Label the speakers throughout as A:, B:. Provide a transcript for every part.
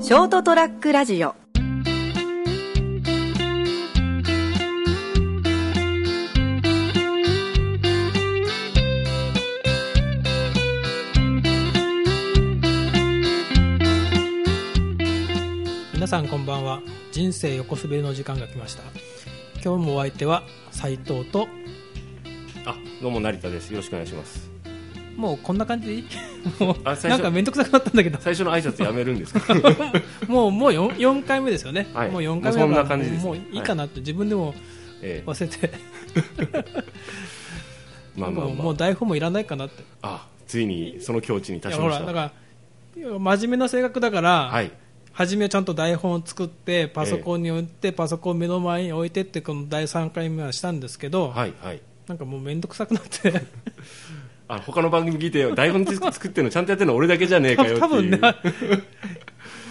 A: ショートトラックラジオ
B: 皆さんこんばんは人生横滑りの時間が来ました今日もお相手は斉藤と
C: あどうも成田ですよろしくお願いします
B: もうこんな感じでいいもう
C: あ最初
B: なんか面倒くさくなったんだけど
C: 最初の挨拶やめるんですか
B: もうもう 4, 四回目ですよね、
C: はい
B: もう4回目だから
C: もうそんな感じですね
B: もういいかなって自分でも
C: ええ
B: 忘れて、
C: まあまあ
B: もう
C: ま
B: もう
C: あ
B: 台本もいらないかなって
C: あついにその境地に
B: い
C: 達
B: や
C: し
B: ほ
C: ま
B: ら
C: し
B: だ
C: た
B: から真面目な性格だから、
C: はい
B: 初めはちゃんと台本を作ってパソコンに置いて、パソコンを目の前に置いてってこの第3回目はしたんですけど、
C: はいはい
B: なんかもう面倒くさくなって
C: あ他の番組聞いて台本作ってるのちゃんとやってるの俺だけじゃねえ
B: 多
C: かよ
B: 分
C: っ
B: 多
C: て
B: 分
C: いう
B: な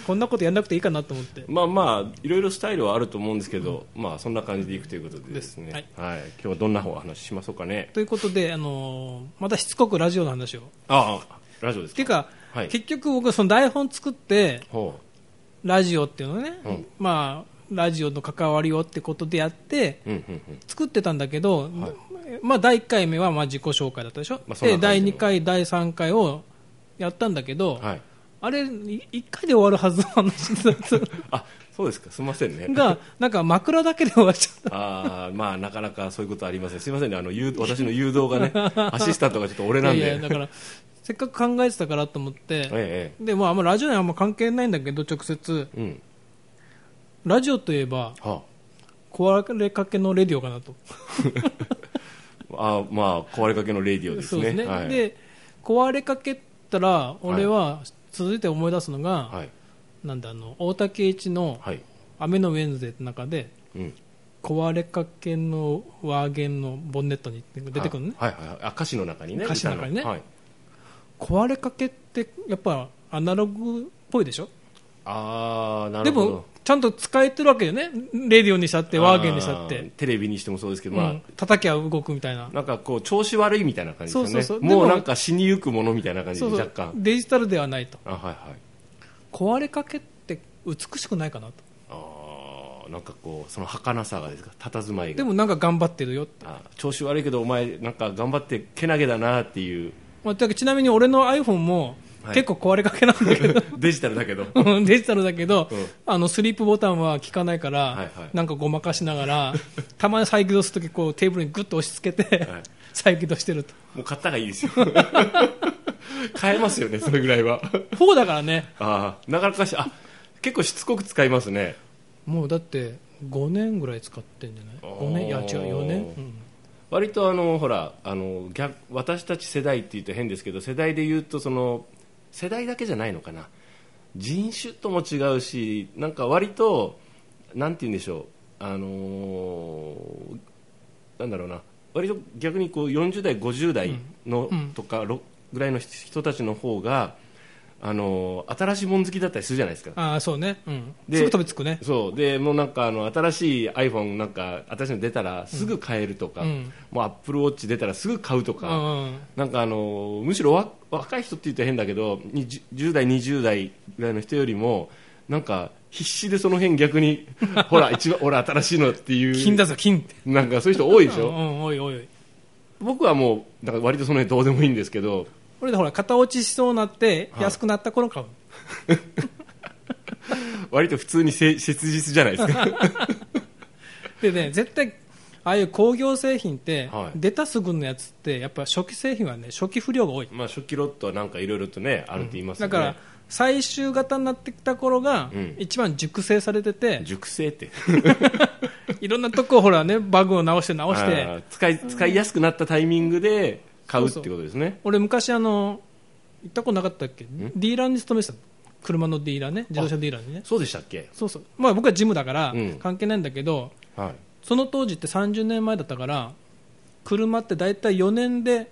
B: こんなことやんなくていいかなと思って
C: まあまあいろいろスタイルはあると思うんですけど、まあそんな感じでいくということでですね
B: です
C: はい、今日はどんな方お話ししましょうかね
B: ということで、あのーまたしつこくラジオの話を
C: ああラジオです
B: てい
C: か
B: うか、
C: はい
B: 結局僕はその台本作って
C: ほ
B: ラジオっていうのをね、
C: うん
B: まあラジオの関わりをってことでやって
C: ううんうんうん
B: 作ってたんだけど、まあ、第1回目はまあ自己紹介だったでしょ、
C: まあそん
B: で
C: な感
B: 第
C: じの
B: 2回、第3回をやったんだけど、
C: はい
B: あれ、1回で終わるはずの話だ ったの
C: あそうですかすいませんね
B: が、なんか枕だけで終わっちゃった。
C: あーまあなかなかそういうことありませんすいませんねあの誘私の誘導が ねアシスタントがちょっと俺なん
B: い
C: で
B: やいやだからせっかく考えてたからと思って、
C: え
B: でまあ、あんまラジオにはあんま関係ないんだけど直接
C: えええうん
B: ラジオといえば
C: は
B: 壊れかけのレディオかなと
C: ああーまあ壊れかけのレディオです
B: そうで
C: ね
B: すね、
C: はい、
B: で壊れかけったら俺は続いて思い出すのが、
C: はい
B: なんだあの大竹一の
C: はい
B: 「雨のウェンズデー」の中で
C: うん
B: 壊れかけのワーゲンのボンネットにって出てくるのね、
C: はいはいはいあ歌詞の中にね
B: 歌詞の中にね
C: 歌はい、
B: 壊れかけってやっぱアナログっぽいでしょ
C: ああな
B: で
C: るほど
B: もちゃんと使えてるわけよねレディオにしたってワーゲンにしたっ
C: あ
B: て
C: ーテレビにしてもそうですけど、
B: う
C: ま
B: ん、叩きゃ動くみたいな
C: あ、なんかこう調子悪いみたいな感じですよね
B: そうそうそうでも
C: もうなんか死にゆくものみたいな感じで
B: そうそ
C: 若
B: う
C: 干
B: デジタルではないと
C: あはいはい
B: 壊れかけって美しくないかなと
C: あーなんかこうその儚さがですか佇まいが
B: でもなんか頑張ってるよって、
C: あ調子悪いけどお前なんか頑張ってけなげだなっていう
B: まあ、というわけでちなみに俺の iPhone も
C: はい
B: 結構壊れかけなんだ けど、
C: デジタルだけど
B: うんデジタルだけど、
C: うん
B: あのスリープボタンは効かないから、
C: はいはい
B: なんかごまかしなが らたまに再起動するときこうテーブルにグッと押し付けて、
C: はい
B: 再起動してると
C: もう買ったがいいですよ 買えますよねそれぐらいは
B: 4だからね
C: ああなかなかしあ結構しつこく使いますね
B: もうだって5年ぐらい使ってんじゃない
C: あー
B: 5年いや違う4年、うん
C: 割とあのほらあの逆私たち世代って言うと変ですけど世代で言うとその世代だけじゃないのかな人種とも違うしなんか割となんて言うんでしょうあのーなんだろうな割と逆にこう40代50代の
B: うん
C: とか、ろぐらいの人たちの方があのー新しいもん好きだったりするじゃないですか
B: ああそうね、うん、
C: です
B: ぐ飛びつくね
C: そうでもうなんかあの新しい iPhone なんか新しいの出たらすぐ買えるとか、
B: うんうん
C: もう Apple Watch 出たらすぐ買うと
B: う
C: か、
B: んうん
C: なんかあのむしろわ若い人って言うと変だけどにじゅ 10, 代20代ぐらいの人よりもなんか必死でその辺逆 にほら一番俺新しいのっていう
B: 金だぞ金って
C: なんかそういう人多いでし
B: う
C: ょ、
B: ん、おいおいおい
C: 僕はもうなんか割とその辺どうでもいいんですけど
B: 俺でほら型落ちしそうになって
C: はい
B: 安くなった頃買う、
C: 割と普通にせ切実じゃないです か
B: でね絶対ああいう工業製品って、
C: はい
B: 出たすぐのやつってやっぱ初期製品はね初期不良が多い
C: まあ初期ロットはなんかいろいろとねあるって言いますよ
B: だ
C: ね、
B: から最終型になってきた頃が
C: うん
B: 一番熟成されてて、
C: 熟成って
B: いろんなとこほらねバグを直して直し
C: あ
B: て
C: ー使い使いやすくなったタイミングで買うってことですね
B: 俺昔あの行ったことなかったっけディーラーに勤めてたの車のディーラーね自動車ディーラーにね
C: そうでしたっけ、
B: そうそうまあ僕はジムだから
C: うん
B: 関係ないんだけど、
C: はい、
B: その当時って30年前だったから車って大体4年で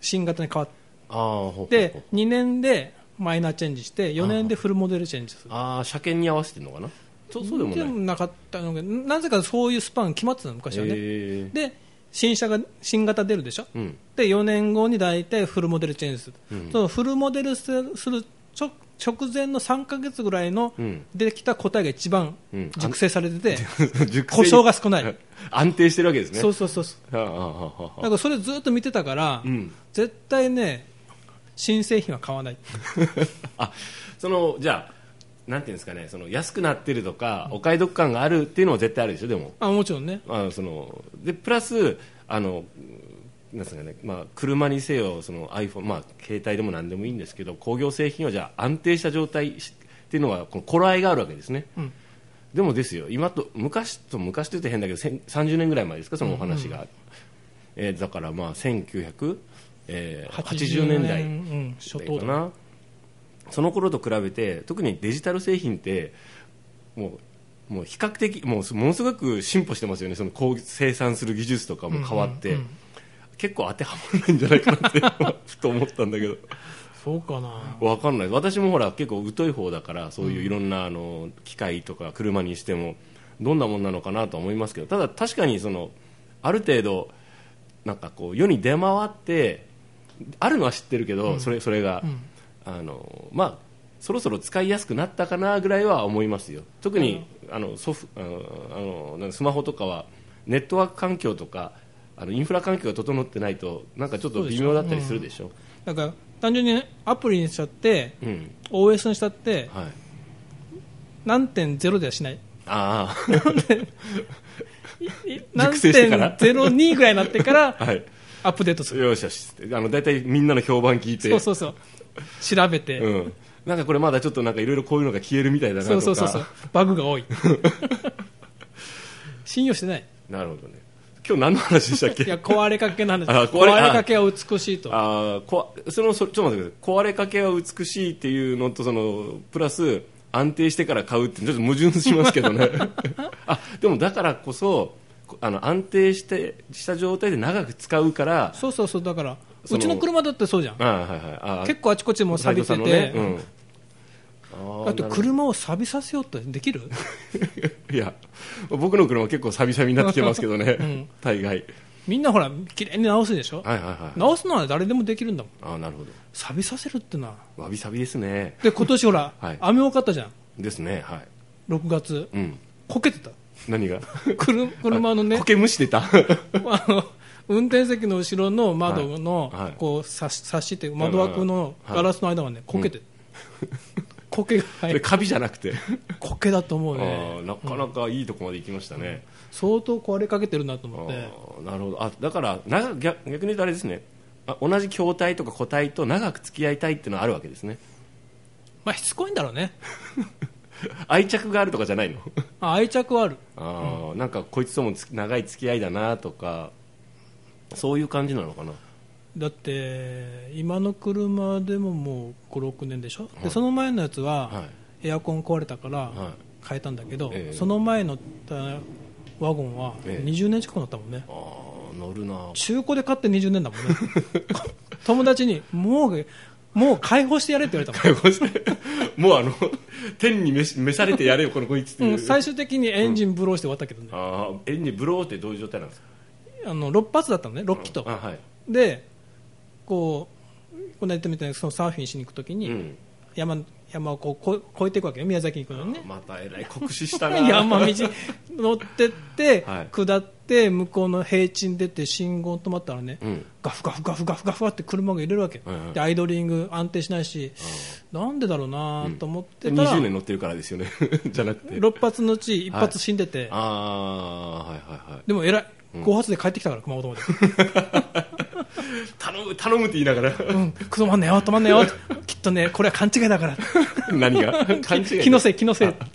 B: 新型に変わっ
C: ああほうほうほ
B: て
C: う
B: 2年でマイナーチェンジして4年でフルモデルチェンジする
C: ああ車検に合わせてるのかなそうそうでもない
B: なかったのがなぜかそういうスパン決まってたの昔はね、
C: へえ
B: で新車が新型出るでしょ
C: うん
B: で4年後に大体フルモデルチェンジする、
C: うん
B: そのフルモデルする直直前の3ヶ月ぐらいの
C: うん
B: 出てきた答えが一番
C: うん
B: 熟成されてて、
C: 熟成
B: 故障が少ない。
C: 安定してるわけですね
B: そうそうそうそう。
C: ああああああ
B: だからそれずっと見てたから、
C: うん
B: 絶対ね、新製品は買わない。
C: あ そのじゃあなんていうんですかねその安くなってるとかお買い得感があるっていうのは絶対あるでしょでも
B: あもちろんね。
C: あのそのでプラスあのなんですかねまあ、車にせよその iPhone、まあ、携帯でも何でもいいんですけど工業製品はじゃあ安定した状態しっていうのはこの頃合いがあるわけですね、
B: うん
C: でもですよ今と昔と昔と言って変だけどせん30年ぐらい前ですかそのお話が、えーだからまあ1980、えー80年代
B: うん、初頭
C: か
B: だ。
C: なその頃と比べて特にデジタル製品ってもうもう比較的もうものすごく進歩してますよねそのこう生産する技術とかも変わって、結構当てはまらないんじゃないかなってふと思ったんだけど
B: そうかな。
C: わかんない私もほら結構疎い方だからそういういろんなあの機械とか車にしてもどんなもんなのかなとは思いますけどただ確かにそのある程度なんかこう世に出回ってあるのは知ってるけど、それそれが、あのまあそろそろ使いやすくなったかなぐらいは思いますよ特にあのソフあのあのなんかスマホとかはネットワーク環境とかあのインフラ環境が整ってないとなんかちょっと微妙だったりするでしょ
B: だから、単純にねアプリにしちゃって、
C: う、ん
B: OS にしちゃって、
C: はい、
B: 何点ゼロではしない。
C: ああ
B: 何
C: 熟成してから
B: 点ゼロ二ぐらいになってから、
C: はい、
B: アップデートする。
C: よしよしあの大体みんなの評判聞いて
B: そうそうそう。調べて。
C: うん、なんかこれまだちょっとなんかいろいろこういうのが消えるみたいだなと
B: そ
C: か
B: うそうそうそう。バグが 多い。信用してない。
C: なるほどね今日何の話でしたっ
B: いや、
C: け
B: 壊れかけなんです
C: あ
B: 壊
C: 壊
B: れ
C: れ
B: かけは美しいと。
C: あーこわそのそちょっと待ってください壊れかけは美しいっていうのとそのプラス安定してから買うってちょっと矛盾しますけど ねあでもだからこそこあの安定してした状態で長く使うから
B: そうそうそう。だから、
C: そうの
B: ちの車だってそうじゃん。
C: あーはいはいあー
B: 結構あちこちも錆びて
C: 斉
B: て、
C: 藤さんのねうん、あー
B: あと
C: なるほど
B: 車を錆びさせようってできる
C: いや僕の車結構サビサビになってきてますけどね、大概
B: みんなほら綺麗に直すでしょ、
C: はいはいはい
B: 直すのは誰でもできるんだもん
C: ああなるほど
B: 錆びさせるってのは
C: わびさびですね
B: で今年ほら、
C: はい
B: 雨多かったじゃん
C: ですねはい
B: 6月
C: うん
B: こけてた
C: 何が
B: 車 車のね
C: 苔むしてた
B: あの運転席の後ろの窓の、
C: はいはい
B: こう差し差しって窓枠の
C: はい
B: ガラスの間がねこけて、 こけが入
C: それ
B: る
C: カビじゃなくて、
B: こけだと思
C: あ
B: うね
C: ーなかなかいいとこまで行きましたね、
B: 相当壊れかけてるなと思って
C: あーなるほどあだから長逆逆に言うとあれですねあ同じ筐体とか個体と長く付き合いたいっていうのはあるわけ ですね
B: まあしつこいんだろうね
C: 愛着があるとかじゃないの
B: あ愛着はある
C: あー、なんかこいつともつ長い付き合いだなとかそういう感じなのかな
B: だって今の車でももう56年でしょ、でその前のやつ
C: は
B: はエアコン壊れたか
C: は
B: ら変えたんだけど、
C: ええ
B: その前乗ったワゴンは
C: ええ
B: 20年近くなったもんね、
C: あー乗るな
B: 中古で買って20年だもんね 友達にもうもう解放してやれって言われた
C: 解放してもうあの天に召し召されてやれよこのこいつって
B: もん、
C: いう
B: うん最終的にエンジンブローして終わったけどね、
C: ああ縁にブローってどういう状態なんですか
B: あの6発だったのね6機と、
C: あはい、
B: でこうこの間言ったみたいにそのサーフィンしに行くときに、
C: うん、
B: 山山をこうこ越えていくわけよ宮崎に行くのにね
C: またえらい酷使 したな
B: 山道乗ってって、
C: はい
B: 下って向こうの平地に出て信号止まったらね、
C: うん
B: ガフガフガフガフガフって車が揺れるわけ、
C: はいはい
B: でアイドリング安定しないし、なんでだろうなと思ってたら、
C: 20年乗ってるからですよね じゃなくて
B: 6発のうち1発死んでて、
C: ああはいはいはい
B: でも偉い5発で帰ってきたから熊本まで、
C: 頼む頼むって言いながら
B: うん、クソ止まんねよ止まんねよきっとねこれは勘違いだから
C: 何 が勘違いで
B: 気のせい気のせいだか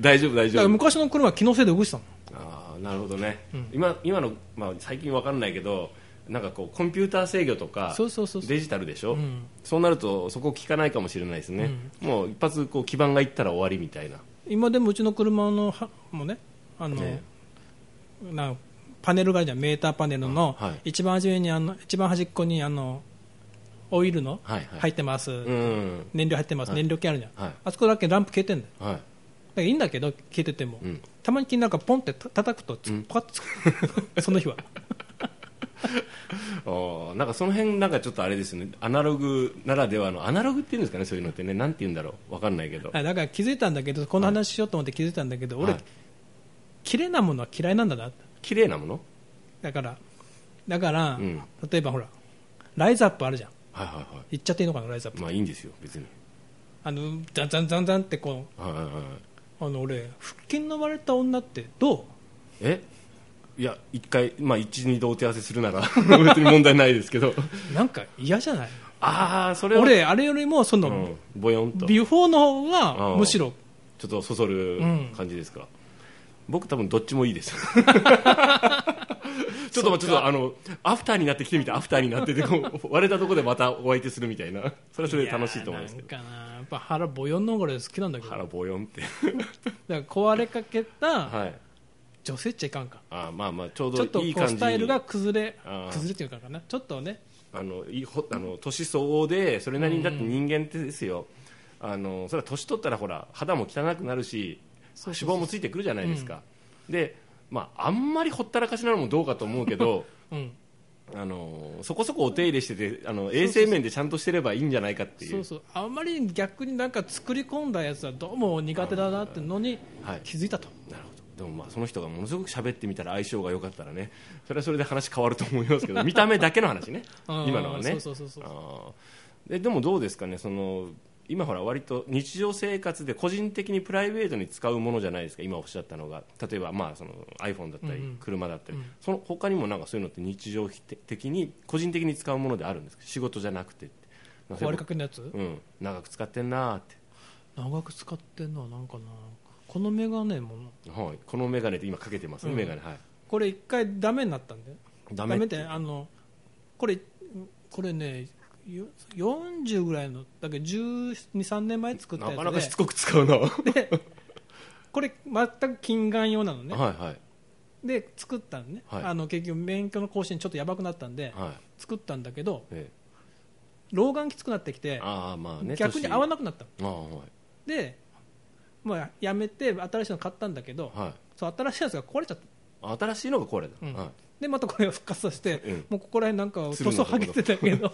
C: 大丈夫大丈
B: ら
C: 夫
B: 昔の車は気のせいで動いてたの
C: ああなるほどね、今今の、まあ、最近わかんないけどなんかこうコンピューター制御とか
B: そうそうそうそう
C: デジタルでしょ、
B: ん
C: そうなるとそこ聞かないかもしれないですね、もう一発こう基盤がいったら終わりみたいな
B: 今でもうちの車のはもねあの、
C: ね
B: なパネルがあるじゃんメーターパネルの
C: あはい
B: 一番初めにあの一番端っこにあのオイルの
C: はいはい
B: 入ってます、
C: うん
B: 燃料入ってます、燃料系あるじゃん、
C: はい
B: あそこだけランプ消えてんだよ
C: はい
B: だからいいんだけど消えてても、
C: うん
B: たまになんかポンってた叩くとつパカッとつく、その日は
C: あーなんかその辺なんかちょっとあれですよねアナログならではのアナログっていうんですかねそういうのってねなんて言うんだろうわかんないけど
B: あだから気づいたんだけどこの話しようと思って気づいたんだけど、
C: は
B: 俺
C: い
B: 綺麗なものは嫌いなんだな
C: 綺麗なもの
B: だからだから、
C: うん
B: 例えばほらライズアップあるじゃん
C: はいはいは
B: 言っちゃっていいのかなライズアッ
C: い
B: プ
C: まあいいんですよ別に
B: あのザンザンザンザンってこ
C: はいはいはいはいう
B: あの俺腹筋の割れた女ってどう
C: えいや一回まあ一二度お手合わせするなら 別に問題ないですけど
B: なんか嫌じゃない
C: ああそれは
B: 俺あれよりもその、
C: うん、ボヨンとち
B: ビフォーの方が
C: うん
B: むしろ
C: ょっとそそる
B: うん
C: 感じですか、僕多分どっちもいいです ちょっとまちょっとあのアフターになって来てみてアフターになって てこう割れたところでまたお相手するみたいなそれはそれで楽しいと思いますけど
B: やーなんかなやっぱ腹ボヨンの方が俺好きなんだけどだ
C: 腹
B: か
C: ボヨンって
B: ら壊れかけた
C: はい
B: 女性っちゃいかんか
C: あーまあまあちょう
B: ちょっと
C: どいい
B: こう
C: 感じ
B: ス
C: に
B: タイルが崩れ
C: あー
B: 崩れっていうのかなちょっとね
C: あのいいほあの年相応でそれなりにだって人間ってですよ、あのそれは年取ったらほら肌も汚くなるし
B: そうそうそう
C: 脂肪もついてくるじゃないですか、で、まあ、あんまりほったらかしなのもどうかと思うけ ど
B: うん
C: あのそこそこお手入れしててあの衛生面でちゃんとしてればいいんじゃないかっていう
B: そうそうあんまり逆になんか作り込んだやつはどうも苦手だなってのに
C: はい
B: 気づいたと、
C: なるほどでもまあその人がものすごく喋ってみたら相性が良かったらねそれはそれで話変わると思いますけ ど見た目だけの話ね
B: うん
C: 今のはね
B: そうそうそうそう
C: あーででもどうですかねその今ほら割と日常生活で個人的にプライベートに使うものじゃないですか今おっしゃったのが例えばまあその iPhone だった
B: うんうん
C: り車だったり、その他にもなんかそういうのって日常的に個人的に使うものであるんですか仕事じゃなくてって
B: 壊れかけのやつ
C: うん、長く使ってんなーって
B: 長く使ってんのはなんかなこのメガネもな
C: はい、この眼鏡で今かけてますね、
B: うん
C: メガネはい
B: これ一回ダメになったんで
C: ダメって
B: であのこれこれねよ40ぐらいのだけど123年前作ったや
C: な
B: つで
C: かなかしつこく使うなはい
B: でこれ全く近眼用なのね
C: はい
B: で作ったのね、
C: はい
B: あの結局免許の更新ちょっとやばくなったんで
C: はい
B: 作ったんだけど
C: え
B: 老眼きつくなってき
C: え
B: て
C: ああまあね
B: 逆に合わ
C: な
B: なくなったの
C: ああは
B: でもうやめて新しいの買ったんだけど
C: い、はい
B: そう新しいやつが壊れちゃった
C: あ、新しいのがこれだ、
B: うん
C: はい、
B: でまたこれを復活させて、
C: うん
B: もうここら辺なんか塗
C: 鶴の
B: 装
C: とこ
B: は
C: ろ
B: げてたけ ど、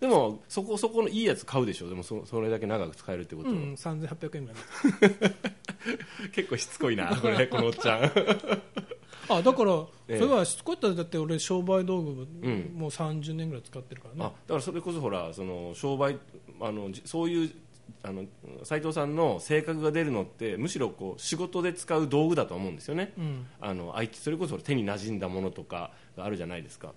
C: でもそこそこのいいやつ買うでしょでもそそれだけ長く使えるってこと
B: う
C: は、
B: ん、3800円ぐらい
C: 結構しつこ いなこれこのおっちゃん
B: あだから、
C: ええ
B: それはしつこいったらだって俺商売道具も,、
C: ん
B: もう30年ぐらい使ってるから
C: あだ
B: ね
C: からそれこそほらその商売あのじそういうあの斉藤さんの性格が出るのってむしろこう仕事で使う道具だと思うんですよね、
B: うん
C: あの IT それこそ手に馴染んだものとかがあるじゃないですか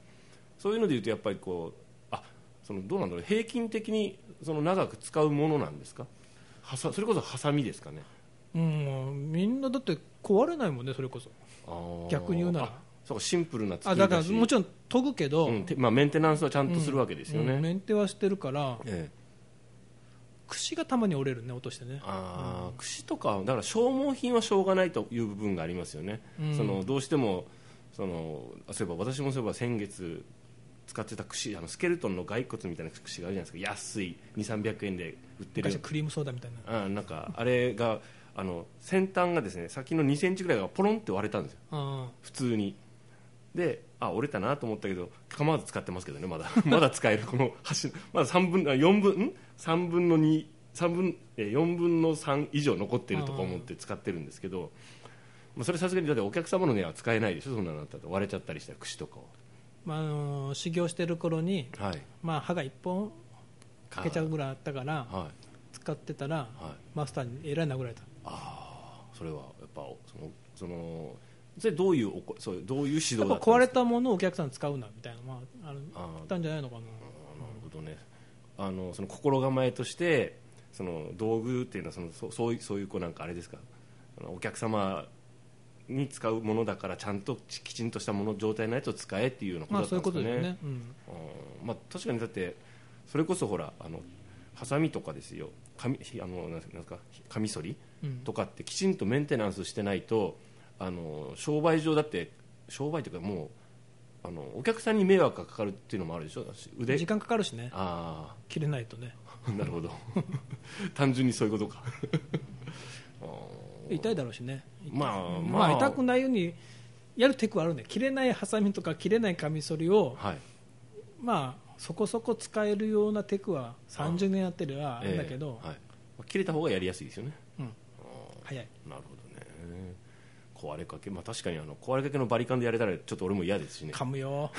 C: そういうのでいうとやっぱりこうあそのどうなんだろう平均的にその長く使うものなんですかはさそれこそハサミですかね
B: うんみんなだって壊れないもんねそれこそ
C: あー
B: 逆に言うなら
C: あそうかシンプルな作
B: あ
C: りだ
B: だ
C: し
B: からもちろん研ぐけど、
C: うんてまあ、メンテナンスはちゃんとするわけですよね、
B: うんメンテはしてるから
C: ええ
B: 櫛がたまに折れるね落としてね
C: あー櫛とかだから消耗品はしょうがないという部分がありますよね、
B: うん
C: そのどうしてもそのあそういえば私もそういえば先月使ってた櫛あのスケルトンの骸骨みたいな櫛があるじゃないですか安い2300円で売って
B: 昔
C: る
B: はクリームソーダみたいな
C: あなんかあれがあの先端がですね先の2センチぐらいがポロンって割れたんですよ
B: あ
C: 普通にであ折れたなと思ったけど構わず使ってますけどねまだ まだ使えるこの端まだ3分あ4分ん3分の2三分えー4分の3以上残ってるとか思って使ってるんですけどまあ、それさすがにだってお客様のねは使えないでしょそんなのあったら割れちゃったりしたら櫛とか
B: まああのー修行してる頃に、
C: をはい
B: まあ、歯が1本欠けちゃうぐらいあったから
C: はい
B: 使ってたら
C: はい
B: マスターにえらい殴られた
C: それはやっぱそのそのそれどういうおこそうどういう指導だ
B: やっ
C: っ
B: ぱ
C: た
B: 壊
C: んで
B: れ
C: すか
B: たものをお客さんに使うなみたいなのはある
C: あー
B: あったんじゃないのかな
C: なるほどねあのその心構えとしてその道具っていうのはそのそうそういうそういうこうなんかあれですかあのお客様に使うものだからちゃんとききちんとしたもの状態のやつを使えっていうようなこ
B: まあ
C: と
B: そう
C: だ
B: いう
C: っ
B: こ
C: たんで
B: とだ
C: すかね
B: よね、うん、
C: うんまあ、確かにだってそれこそほらあのハサミとかですよ髪あのなんですかカミソリ
B: うん
C: とかってきちんとメンテナンスしてないとあの商売上だって商売というかもうあのお客さんに迷惑がかかるっていうのもあるでしょ腕
B: 時間かかるしね
C: あ
B: 切れないとね
C: あ なるほど単純にそういうことか あー
B: 痛いだろうしね
C: まあ
B: まあ、痛く
C: ない
B: ないようにやるテクはあるんで切れないハサミとか切れないカミソリを、
C: はい
B: まあ、そこそこ使えるようなテクは30年やってればあるんだけど、
C: ええはいまあ切れた方がやりやすいですよね
B: うん、早い
C: なるほどね壊れかけ、まあ、確かにあの壊れかけのバリカンでやれたらちょっと俺も嫌ですし ね
B: 噛むよ、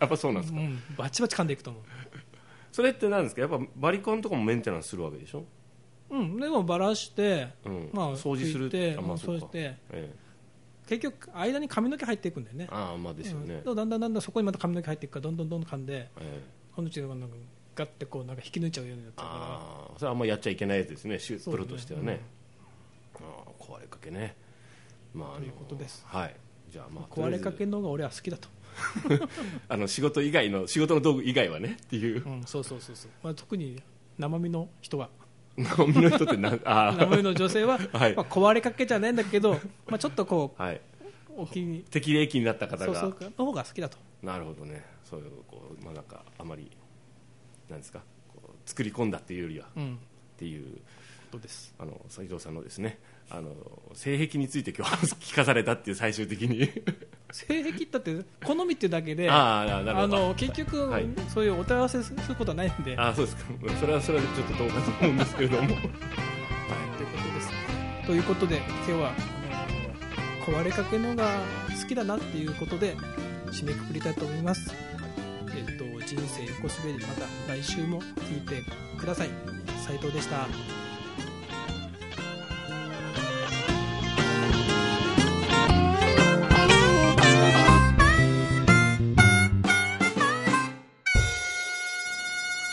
C: やっぱそうなんです
B: う
C: か、
B: ん、バチバチ噛んでいくと思
C: それってなんですかやっぱバリカンとかもメンテナンスするわけでしょ、
B: う、うん、でもバラして、
C: うん
B: まあ、
C: 掃除す
B: 拭
C: る
B: いて、
C: あまあ
B: 掃除し
C: そうかえ
B: て
C: え
B: 結局間に髪の毛入っていくんだよね
C: ああまあですよね、
B: うんだんだんだんだんそこにまた髪の毛入っていくからどんどんどんどん噛んで
C: ええ
B: このうちがなんかガッてこうなんか引き抜いちゃうようになったか
C: ああそれはあんまやっちゃいけないやつですねシュ
B: そう
C: プ
B: だね
C: ロとしてはね、ああ壊れかけねまああの
B: ということです
C: はいじゃあま
B: ら
C: あ
B: 壊れかけ
C: とり
B: の方が俺は好きだと、
C: あえずあの仕事以外の仕事の道具以外はねっていう
B: う、ん、そうそうそうそう、まあ、特に生身の人は
C: 生身の人ってなああ
B: 生身の女性 は、
C: はい
B: まあ、壊れかけじゃないんだけど、まあ、ちょっとこ
C: はいう
B: お気に
C: 適齢期になった方
B: そう
C: が
B: そうの方が好きだと
C: なるほどねそういうこうまあなんかあまりなんですかこう作り込んだっていうよりは、っ
B: うん
C: ていう
B: ことです
C: あの斉藤さんのですねあの性癖について今日 聞かされたっていう最終的に
B: 性癖だって好みっていうだけであ
C: ああなるほど
B: の結局、
C: はい
B: そういうお問い合わせすることはないんで
C: あそうですかそれはそれでちょっとどうかと思うんですけれどもはい
B: ということです。ということで今日はあの壊れかけのが好きだなっていうことで締めくくりたいと思います。えっと人生横滑りまた来週も聞いてください。斉藤でした。